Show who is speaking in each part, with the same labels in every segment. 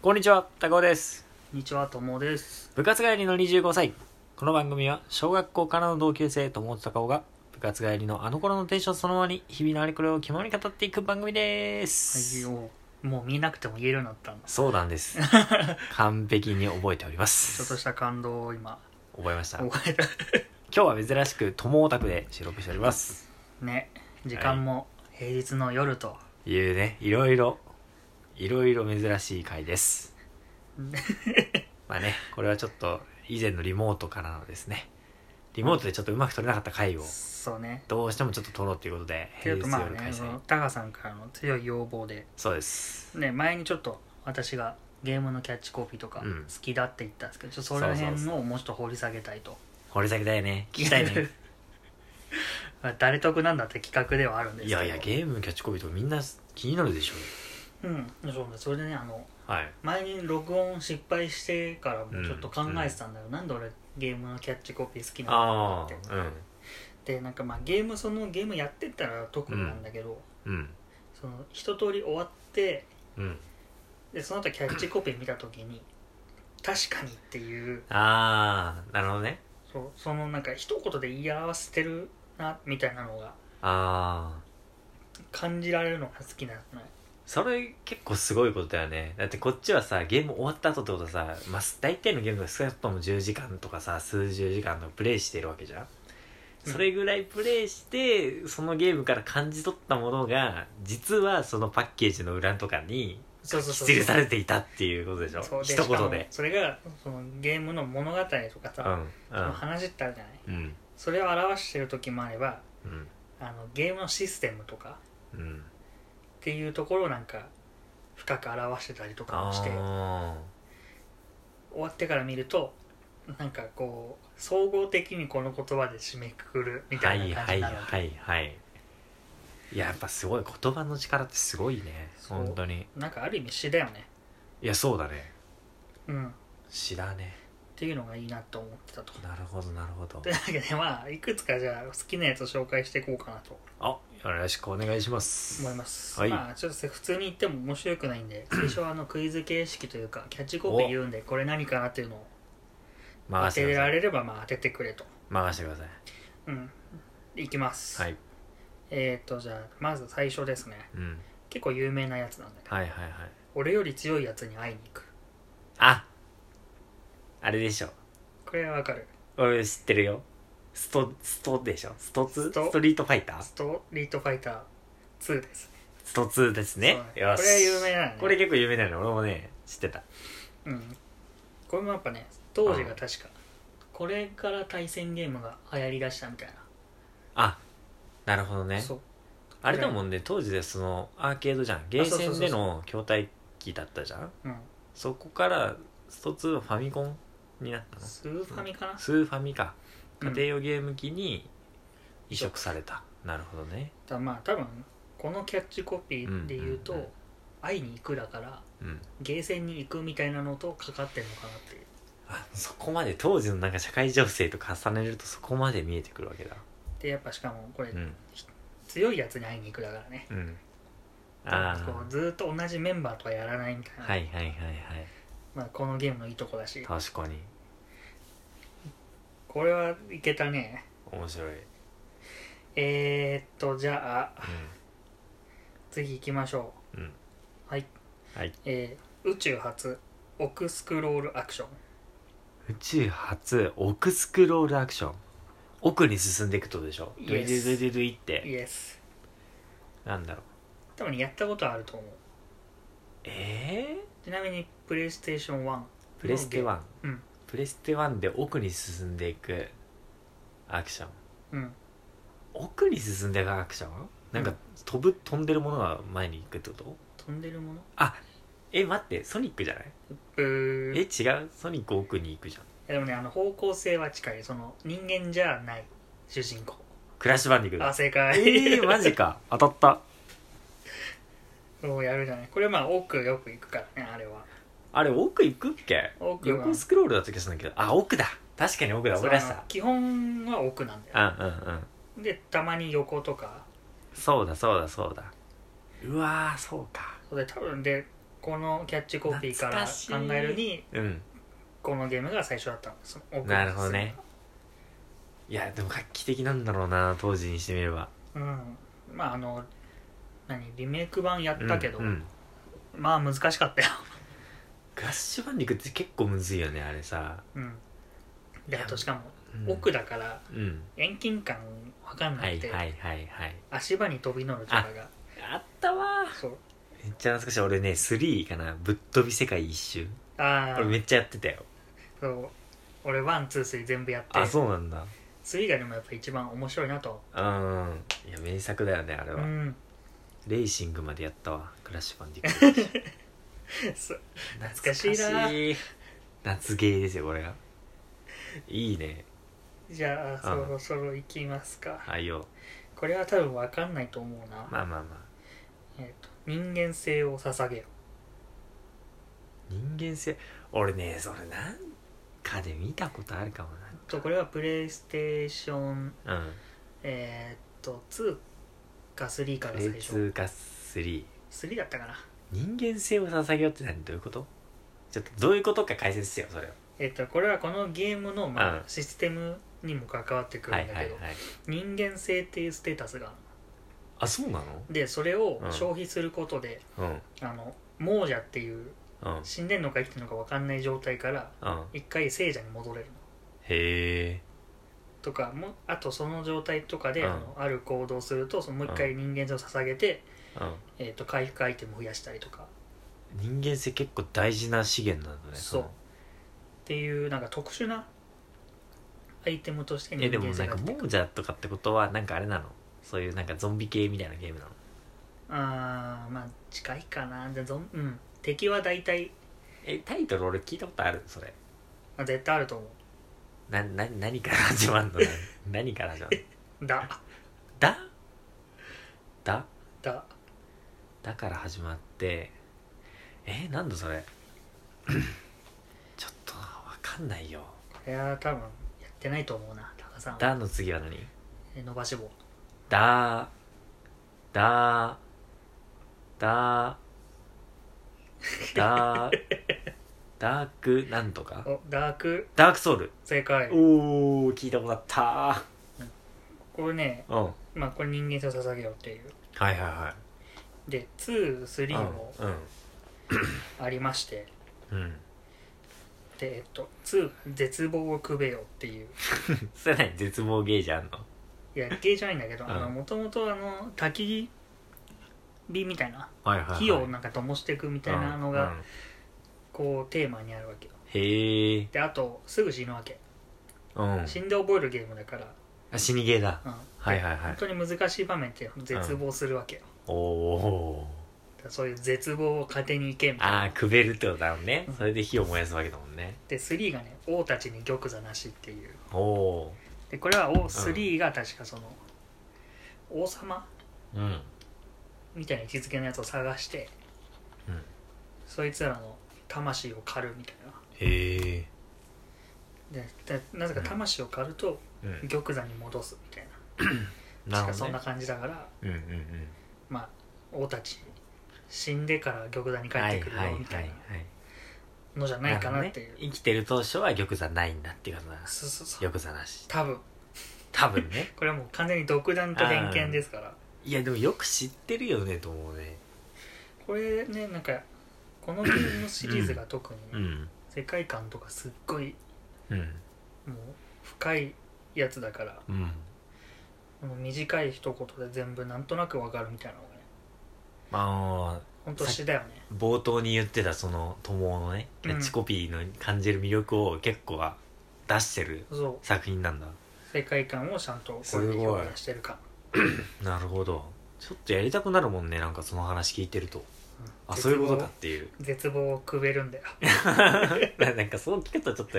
Speaker 1: こんにちは、高尾です。
Speaker 2: こんにちは、ともです。
Speaker 1: 部活帰りの25歳。この番組は、小学校からの同級生、友と高尾が、部活帰りのあの頃のテンションそのままに、日々のあれこれを気ままに語っていく番組です。
Speaker 2: もうもう見なくても言えるようになった んです。
Speaker 1: そうなん です。完璧に覚えております。
Speaker 2: ちょっとした感動を今、
Speaker 1: 覚えました。今
Speaker 2: 覚え た。
Speaker 1: 日は珍しく、友オタクで収録しております。
Speaker 2: ね、時間も平日の夜と。
Speaker 1: いうね、いろいろ、いろいろ珍しい回です。まあね、これはちょっと、以前のリモートからのですね、リモートでちょっとうまく撮れなかった回を、
Speaker 2: そうね。
Speaker 1: どうしてもちょっと撮ろうということで
Speaker 2: って
Speaker 1: 平
Speaker 2: い
Speaker 1: 日
Speaker 2: うとまあ
Speaker 1: 夜
Speaker 2: ね
Speaker 1: 開、
Speaker 2: そ
Speaker 1: 催
Speaker 2: のタカさんからの強い要望で、
Speaker 1: そうです
Speaker 2: ね、前にちょっと私がゲームのキャッチコピーとか
Speaker 1: うん
Speaker 2: 好きだって言ったんですけど、ちょっとそ
Speaker 1: そう
Speaker 2: の
Speaker 1: そう
Speaker 2: 辺
Speaker 1: そ
Speaker 2: のをもうちょっと掘り下げたいと。
Speaker 1: 掘り下げたいね聞きたい ね
Speaker 2: 誰得なんだって企画ではあるんです
Speaker 1: い
Speaker 2: けど。
Speaker 1: やいやゲームキャッチコピーとかみんな気になるでしょ
Speaker 2: うん、そうね。それでね、あの、
Speaker 1: うはい
Speaker 2: 前に録音失敗してからもちょっと考えてたんだよ、なんで俺ゲームのキャッチコピー好きなの
Speaker 1: あ
Speaker 2: かなって
Speaker 1: あ
Speaker 2: でなんかまあゲームそのゲームやってったら特になんだけど、
Speaker 1: うんうん
Speaker 2: その一通り終わって
Speaker 1: うん
Speaker 2: でその後キャッチコピー見た時に「確かに」っていう
Speaker 1: ああなるほどね
Speaker 2: そうそのなんか一言で言い合わせてるなみたいなのが
Speaker 1: ああ
Speaker 2: 感じられるのが好きなんじゃない
Speaker 1: それ結構すごいことだよねだってこっちはさゲーム終わった後ってことはさ、まあ、大体のゲームが少なくとも10時間とかさ数十時間とかプレイしてるわけじゃん
Speaker 2: うん
Speaker 1: それぐらいプレイしてそのゲームから感じ取ったものが実はそのパッケージの裏とかに
Speaker 2: そうそう
Speaker 1: 記されていたっていうことでしょ
Speaker 2: そう
Speaker 1: 一
Speaker 2: しか
Speaker 1: 言
Speaker 2: も
Speaker 1: で
Speaker 2: それがそのゲームの物語とか
Speaker 1: う
Speaker 2: さ、
Speaker 1: んう
Speaker 2: その
Speaker 1: ん
Speaker 2: 話ってあるじゃない
Speaker 1: うん
Speaker 2: それを表してる時もあれば
Speaker 1: うん
Speaker 2: あのゲームのシステムとか
Speaker 1: うん
Speaker 2: っていうところをなんか深く表してたりとかもして
Speaker 1: あ
Speaker 2: 終わってから見るとなんかこう総合的にこの言葉で締めくくる
Speaker 1: ー
Speaker 2: みた
Speaker 1: はいい
Speaker 2: な感じ
Speaker 1: はい
Speaker 2: になるわけ
Speaker 1: はいはいいややっぱすごい言葉の力ってすごいね
Speaker 2: そう
Speaker 1: 本当に
Speaker 2: なんかある意味詩だよね
Speaker 1: いやそうだね
Speaker 2: うんっ
Speaker 1: 知らね
Speaker 2: ていうのがいいなと思って たと
Speaker 1: なるほどなるほど
Speaker 2: というわけでまあいくつかじゃあ好きなやつを紹介していこうかなと
Speaker 1: あよろしくお願いします
Speaker 2: 思います、
Speaker 1: はい
Speaker 2: まあちょっと普通に言っても面白くないんで最初はあのクイズ形式というかキャッチコピー言うんでこれ何かなっていうのを当
Speaker 1: 回して
Speaker 2: て
Speaker 1: くだ
Speaker 2: ら
Speaker 1: さい
Speaker 2: れればまあ当ててくれと
Speaker 1: 回してくださ
Speaker 2: うんいきます、
Speaker 1: いはい
Speaker 2: えっ、ー、とじゃあまず最初ですね
Speaker 1: うん
Speaker 2: 結構有名なやつなんだけど
Speaker 1: はいはいはい
Speaker 2: 俺より強いやつに会いに行く
Speaker 1: ああれでしょ
Speaker 2: これはわかる
Speaker 1: 俺知ってるよストストでしょストツ
Speaker 2: スト
Speaker 1: ストリートファイター
Speaker 2: ストリートファイター2です
Speaker 1: ストツーですね
Speaker 2: そうこれは有名なのね
Speaker 1: これ結構有名なの俺もね知ってた
Speaker 2: うんこれもやっぱね当時が確かこれから対戦ゲームが流行りだしたみたいな
Speaker 1: あなるほどね
Speaker 2: そう
Speaker 1: あれだもんね当時でそのアーケードじゃんゲーセンでの筐体機だったじゃん
Speaker 2: うん
Speaker 1: そこからストツーはファミコンになったの
Speaker 2: スーファミかな、
Speaker 1: スーファミか
Speaker 2: う
Speaker 1: 家
Speaker 2: ん
Speaker 1: 庭用ゲーム機に移植された、なるほどね
Speaker 2: だまあ多分このキャッチコピーで言うと、
Speaker 1: うんうんうん
Speaker 2: 会いに行くだから
Speaker 1: うん
Speaker 2: ゲーセンに行くみたいなのとかかってるのかなっていう
Speaker 1: あそこまで当時のなんか社会情勢と重ねるとそこまで見えてくるわけだ
Speaker 2: でやっぱしかもこれ、
Speaker 1: うん
Speaker 2: 強いやつに会いに行くだからね
Speaker 1: うんあ
Speaker 2: こ
Speaker 1: あ
Speaker 2: うずーっと同じメンバーとはやらないみたいな、
Speaker 1: はいはいはいはい
Speaker 2: まあ、このゲームのいいとこだし
Speaker 1: 確かに
Speaker 2: これはいけたね
Speaker 1: 面白い、うん、
Speaker 2: えー、っとじゃあ次行きましょう、
Speaker 1: うん
Speaker 2: はい、
Speaker 1: はい
Speaker 2: えー宇宙初オクスクロールアクション
Speaker 1: 宇宙初奥スクロールアクション奥に進んでいくってことでしょドゥイドゥイドゥイドゥイドゥイって
Speaker 2: イエス
Speaker 1: なんだろう
Speaker 2: 多分ねやったことはあると思う
Speaker 1: え
Speaker 2: ちなみにプレイステーション1
Speaker 1: ー、プレステ1、
Speaker 2: うん
Speaker 1: プレステ1で奥に進んでいくアクション
Speaker 2: うん
Speaker 1: 奥に進んでいくアクションなんか
Speaker 2: うん
Speaker 1: 飛ぶ飛んでるものが前に行くってこと
Speaker 2: 飛んでるもの
Speaker 1: え待ってソニックじゃない
Speaker 2: ブ
Speaker 1: え
Speaker 2: ー
Speaker 1: 違うソニック奥に行くじゃん
Speaker 2: でもねあの方向性は近いその人間じゃない主人公
Speaker 1: クラッシュバンディクだ
Speaker 2: あ正解
Speaker 1: えー、マジか当たった
Speaker 2: をやるじゃないこれまあ奥よく行くからねあれは
Speaker 1: あれ奥行くっけ
Speaker 2: 奥は
Speaker 1: 横スクロールだった気がするんだけどあ奥だ確かに奥だ
Speaker 2: そ
Speaker 1: 思
Speaker 2: う
Speaker 1: い出し
Speaker 2: あの
Speaker 1: た
Speaker 2: 基本は奥なんだよ
Speaker 1: うんうんうん
Speaker 2: でたまに横とか
Speaker 1: そうだそうだそうだうわーそうか
Speaker 2: で多分でここのキャッチコピーから考えるに
Speaker 1: うん
Speaker 2: このゲームが最初だったんです
Speaker 1: なるほどねいやでも画期的なんだろうな当時にしてみれば
Speaker 2: うんまああの何リメイク版やったけど、
Speaker 1: うんうん
Speaker 2: まあ難しかったよ、
Speaker 1: クラッシュバンディクって結構むずいよねあれさ、
Speaker 2: うん、であとしかも
Speaker 1: うん、
Speaker 2: 奥だから
Speaker 1: うん
Speaker 2: 遠近感わかんな
Speaker 1: は
Speaker 2: く
Speaker 1: い
Speaker 2: て、
Speaker 1: はいはいはい
Speaker 2: 足場に飛び乗る力が
Speaker 1: あったわ
Speaker 2: そう
Speaker 1: めっちゃ懐かしい俺ね3かなぶっ飛び世界一周
Speaker 2: ああ
Speaker 1: 俺めっちゃやってたよ
Speaker 2: そう俺ワンツースリー全部やって
Speaker 1: あそうなんだ
Speaker 2: スリーがでもやっぱ一番面白いなと
Speaker 1: うんいや名作だよねあれ
Speaker 2: う
Speaker 1: は、
Speaker 2: ん
Speaker 1: レーシングまでやったわクラッシュバンディク
Speaker 2: そう
Speaker 1: 懐
Speaker 2: かしいな
Speaker 1: しい夏ゲーですよこれがいいね
Speaker 2: じゃあそ
Speaker 1: うん
Speaker 2: ろそろ行きますか
Speaker 1: あいよ
Speaker 2: これは多分わかんないと思うな、
Speaker 1: まあまあまあ
Speaker 2: えーと人間性を捧げよ
Speaker 1: 人間性俺ねそれなんかで見たことあるかも
Speaker 2: とこれはプレイステーション
Speaker 1: なうん
Speaker 2: えー、っと2か3かが最初
Speaker 1: A2 か3
Speaker 2: 3だったかな
Speaker 1: 人間性を捧げようって何どういうことちょっとどういうことか解説してよそれを
Speaker 2: えー、っとこれはこのゲームの、ま
Speaker 1: う
Speaker 2: あ
Speaker 1: ん
Speaker 2: システムにも関わってく
Speaker 1: は
Speaker 2: るん
Speaker 1: い
Speaker 2: だけど、
Speaker 1: はいはい
Speaker 2: 人間性っていうステータスがある
Speaker 1: あそうなの
Speaker 2: のでそれを
Speaker 1: うん
Speaker 2: 消費することで、
Speaker 1: うん
Speaker 2: あの亡者っていう
Speaker 1: うん
Speaker 2: 死んでんのか生きてんのか分かんない状態から
Speaker 1: うん
Speaker 2: 一回聖者に戻れるの
Speaker 1: へえ
Speaker 2: とかもあとその状態とかで、
Speaker 1: うん
Speaker 2: あのある行動をするとそのもう一回人間性を捧げて、
Speaker 1: う
Speaker 2: えー、と回復アイテムを増やしたりとか
Speaker 1: ん人間性結構大事な資源なんだね
Speaker 2: そうっていうなんか特殊なアイテムとして
Speaker 1: えでも
Speaker 2: 人間
Speaker 1: な
Speaker 2: 性
Speaker 1: ん
Speaker 2: が
Speaker 1: か
Speaker 2: 出てくる
Speaker 1: 亡者とかってことはなんかあれなのそういうなんかゾンビ系みたいなゲームなの
Speaker 2: ああまあ近いかなでゾンうん敵は大体
Speaker 1: えタイトル俺聞いたことあるそれ
Speaker 2: あ絶対あると思
Speaker 1: なな何から始まる の何から始まるの
Speaker 2: うだ
Speaker 1: だだ
Speaker 2: だ
Speaker 1: だから始まってえー、なんだそれ ちょっとわかんないよ
Speaker 2: これは多分やってないと思うなタカさんは
Speaker 1: だの次は何
Speaker 2: え伸ばし棒
Speaker 1: だだだだダークなんとか
Speaker 2: おダーク
Speaker 1: ダークソウル
Speaker 2: 正解
Speaker 1: おお聞いたことあった
Speaker 2: これね
Speaker 1: うんはい
Speaker 2: まあこれ人間性を捧げようっていう
Speaker 1: はいは
Speaker 2: で23
Speaker 1: い
Speaker 2: も
Speaker 1: うん
Speaker 2: ありまして、
Speaker 1: うん
Speaker 2: でえっと2絶望をくべよっていう
Speaker 1: それ何絶望ゲージあんの
Speaker 2: いやゲーじゃないんだけど
Speaker 1: うん
Speaker 2: もともと焚き火みたいな
Speaker 1: はいは
Speaker 2: 火をなんか灯していくみたいなの
Speaker 1: うん
Speaker 2: が
Speaker 1: うん
Speaker 2: こうテーマにあるわけよ
Speaker 1: へえ
Speaker 2: であとすぐ死ぬわけ
Speaker 1: うん
Speaker 2: 死んで覚えるゲームだから、
Speaker 1: あ死にゲーだ
Speaker 2: うん
Speaker 1: はいはいは
Speaker 2: 本
Speaker 1: い
Speaker 2: 当に難しい場面って絶望するわけよ、
Speaker 1: おお
Speaker 2: だからそういう絶望を糧にいけみたいな
Speaker 1: ああくべるってことだもんね
Speaker 2: うん
Speaker 1: それで火を燃やすわけだもんね
Speaker 2: で3がね王たちに玉座なしっていう
Speaker 1: おお
Speaker 2: でこれは王3が確かその、王様
Speaker 1: ーうん
Speaker 2: みたいな位置づけのやつを探して
Speaker 1: うん
Speaker 2: そいつらの魂を狩るみたいな
Speaker 1: へえ
Speaker 2: ででなぜか魂を狩ると
Speaker 1: うん
Speaker 2: 玉座に戻すみたい
Speaker 1: なる
Speaker 2: な確か
Speaker 1: ほ
Speaker 2: そ
Speaker 1: ど
Speaker 2: んな
Speaker 1: ね
Speaker 2: 感じだから、
Speaker 1: うんうんうん
Speaker 2: まあ王たち死んでから玉座に帰っ
Speaker 1: は
Speaker 2: て
Speaker 1: い
Speaker 2: くる
Speaker 1: はい
Speaker 2: よ
Speaker 1: はい
Speaker 2: みた
Speaker 1: はいい
Speaker 2: なのじゃないかなっていう、
Speaker 1: るほどね生きてる当初は玉座ないんだっていうことだ
Speaker 2: そうそうそう
Speaker 1: 玉座なし
Speaker 2: 多分
Speaker 1: 多分 ね
Speaker 2: これはもう完全に独断と偏見ですから
Speaker 1: いやでもよく知ってるよねと思うね
Speaker 2: これねなんかこのゲームのシリーズが特にね、
Speaker 1: うん
Speaker 2: 世界観とかすっごい
Speaker 1: うん
Speaker 2: もう深いやつだから
Speaker 1: うん
Speaker 2: もう短い一言で全部なんとなくわかるみたいなのがね
Speaker 1: まあ
Speaker 2: 本当詩だよね
Speaker 1: 冒頭に言ってたその友のねキ
Speaker 2: うん
Speaker 1: ャッチコピーの感じる魅力を結構は出してる
Speaker 2: そう
Speaker 1: 作品なんだ
Speaker 2: 世界観をちゃんとこれで表現してるか
Speaker 1: なるほどちょっとやりたくなるもんねなんかその話聞いてると
Speaker 2: うん
Speaker 1: あ
Speaker 2: 絶
Speaker 1: そ
Speaker 2: 望
Speaker 1: ういうことかって いう
Speaker 2: 絶望をくべるんだよ
Speaker 1: なんかそう聞くとちょっと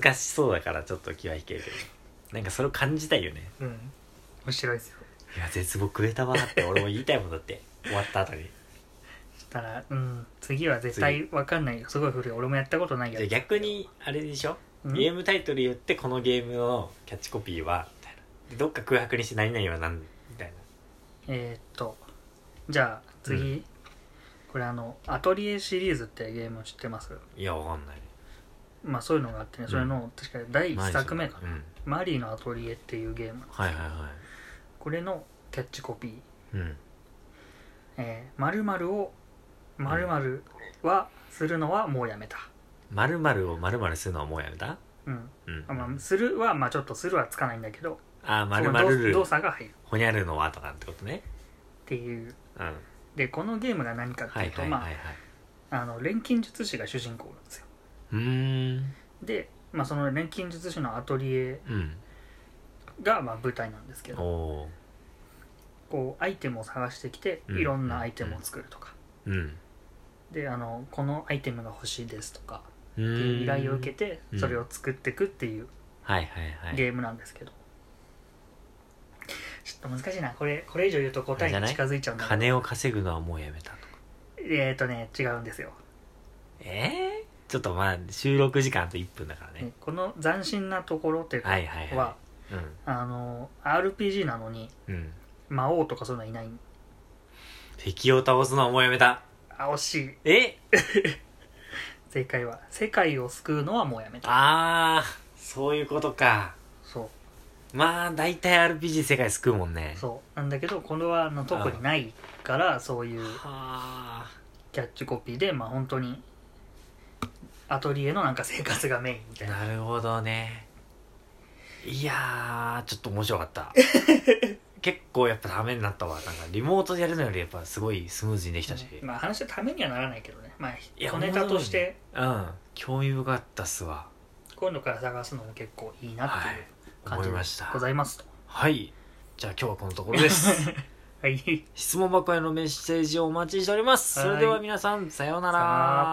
Speaker 1: 難しそうだからちょっと気は引けるけどなんかそれを感じたいよね
Speaker 2: うん面白いですよ
Speaker 1: いや絶望くれたわって俺も言いたいもんだって終わった後に
Speaker 2: そしたらうん次は絶対わかんないよすごい古い俺もやったことない
Speaker 1: じ
Speaker 2: や
Speaker 1: ゃあ
Speaker 2: つ
Speaker 1: 逆にあれでしょゲー
Speaker 2: ム
Speaker 1: ムタイトル言ってこのゲームのキャッチコピーはみたいなでどっか空白にして何々は何みたいな
Speaker 2: えーっとじゃあ次、これあのアトリエシリーズってゲーム知ってます
Speaker 1: いやわかんない
Speaker 2: まあそういうのがあってね、
Speaker 1: うん
Speaker 2: それの確かに第1作目か
Speaker 1: う
Speaker 2: な、
Speaker 1: ん、
Speaker 2: マリーのアトリエっていうゲーム
Speaker 1: はいはいは
Speaker 2: これのキャッチコピー
Speaker 1: いうん
Speaker 2: 「えー、〇〇を〇〇はするのはもうやめた」
Speaker 1: まるまるをまるまるするのはもうやめた
Speaker 2: うん
Speaker 1: うん
Speaker 2: あまあ、するはまあちょっとするはつかないんだけど
Speaker 1: あま
Speaker 2: そ
Speaker 1: る
Speaker 2: の
Speaker 1: まるる
Speaker 2: 動動作が入るっ
Speaker 1: ほにゃるのはとかってことね
Speaker 2: ていう
Speaker 1: うんはい
Speaker 2: でこのゲームが何かって
Speaker 1: はいいう
Speaker 2: と、
Speaker 1: はい
Speaker 2: ま
Speaker 1: はい
Speaker 2: あ、あの錬金術師が主人公なんですよ
Speaker 1: うーん
Speaker 2: で、まあ、その錬金術師のアトリエ
Speaker 1: うん
Speaker 2: がまあ舞台なんですけ
Speaker 1: お
Speaker 2: ど
Speaker 1: お
Speaker 2: こうアイテムを探してきて
Speaker 1: うん
Speaker 2: いろんなアイテムを作るとか、
Speaker 1: ーうん
Speaker 2: であのこのアイテムが欲しいですとか
Speaker 1: う
Speaker 2: って
Speaker 1: ー
Speaker 2: い
Speaker 1: ん
Speaker 2: う依頼を受けて
Speaker 1: うん
Speaker 2: それを作っていくっていう
Speaker 1: はいはいはい
Speaker 2: ゲームなんですけど、ちょっと難しいなこれこれ以上言うと答えに近づいちゃうんだけど
Speaker 1: 金を稼ぐのはもうやめたとか
Speaker 2: えっ、ー、とね違うんですよ
Speaker 1: ええちょっとまあ収録時間あと1分だからね
Speaker 2: ねこの斬新なところっていうかは、
Speaker 1: はいはいは
Speaker 2: あの RPG なのに
Speaker 1: いうんうん
Speaker 2: 魔王とかそういうのはいない
Speaker 1: 敵を倒すのはもうやめた
Speaker 2: あ惜しい
Speaker 1: え
Speaker 2: 正解は世界を救うのはもうやめた
Speaker 1: ああそういうことか
Speaker 2: そ
Speaker 1: まあ大体 RPG 世界救うもんね
Speaker 2: うそうなんだけどこれはあの特にないからそういう
Speaker 1: はあ
Speaker 2: キャッチコピーでまあ本当にアトリエのなんか生活がメインみたいな
Speaker 1: なるほどねいやーちょっと面白かった 結構やっぱダメになったわなんかリモートでやるのよりやっぱすごいスムーズにできたし
Speaker 2: うんまあ話のためにはならないけどねまあ
Speaker 1: いや
Speaker 2: 小ネタとして
Speaker 1: うん興味深かったっすわ
Speaker 2: こういうのから探すのも結構いいなって
Speaker 1: はいいう
Speaker 2: 感
Speaker 1: 思い
Speaker 2: じで
Speaker 1: ました
Speaker 2: ございますと
Speaker 1: はいじゃあ今日はこのところです
Speaker 2: はい
Speaker 1: 質問箱へのメッセージをお待ちしておりますそれでは皆さんさような
Speaker 2: さような
Speaker 1: ら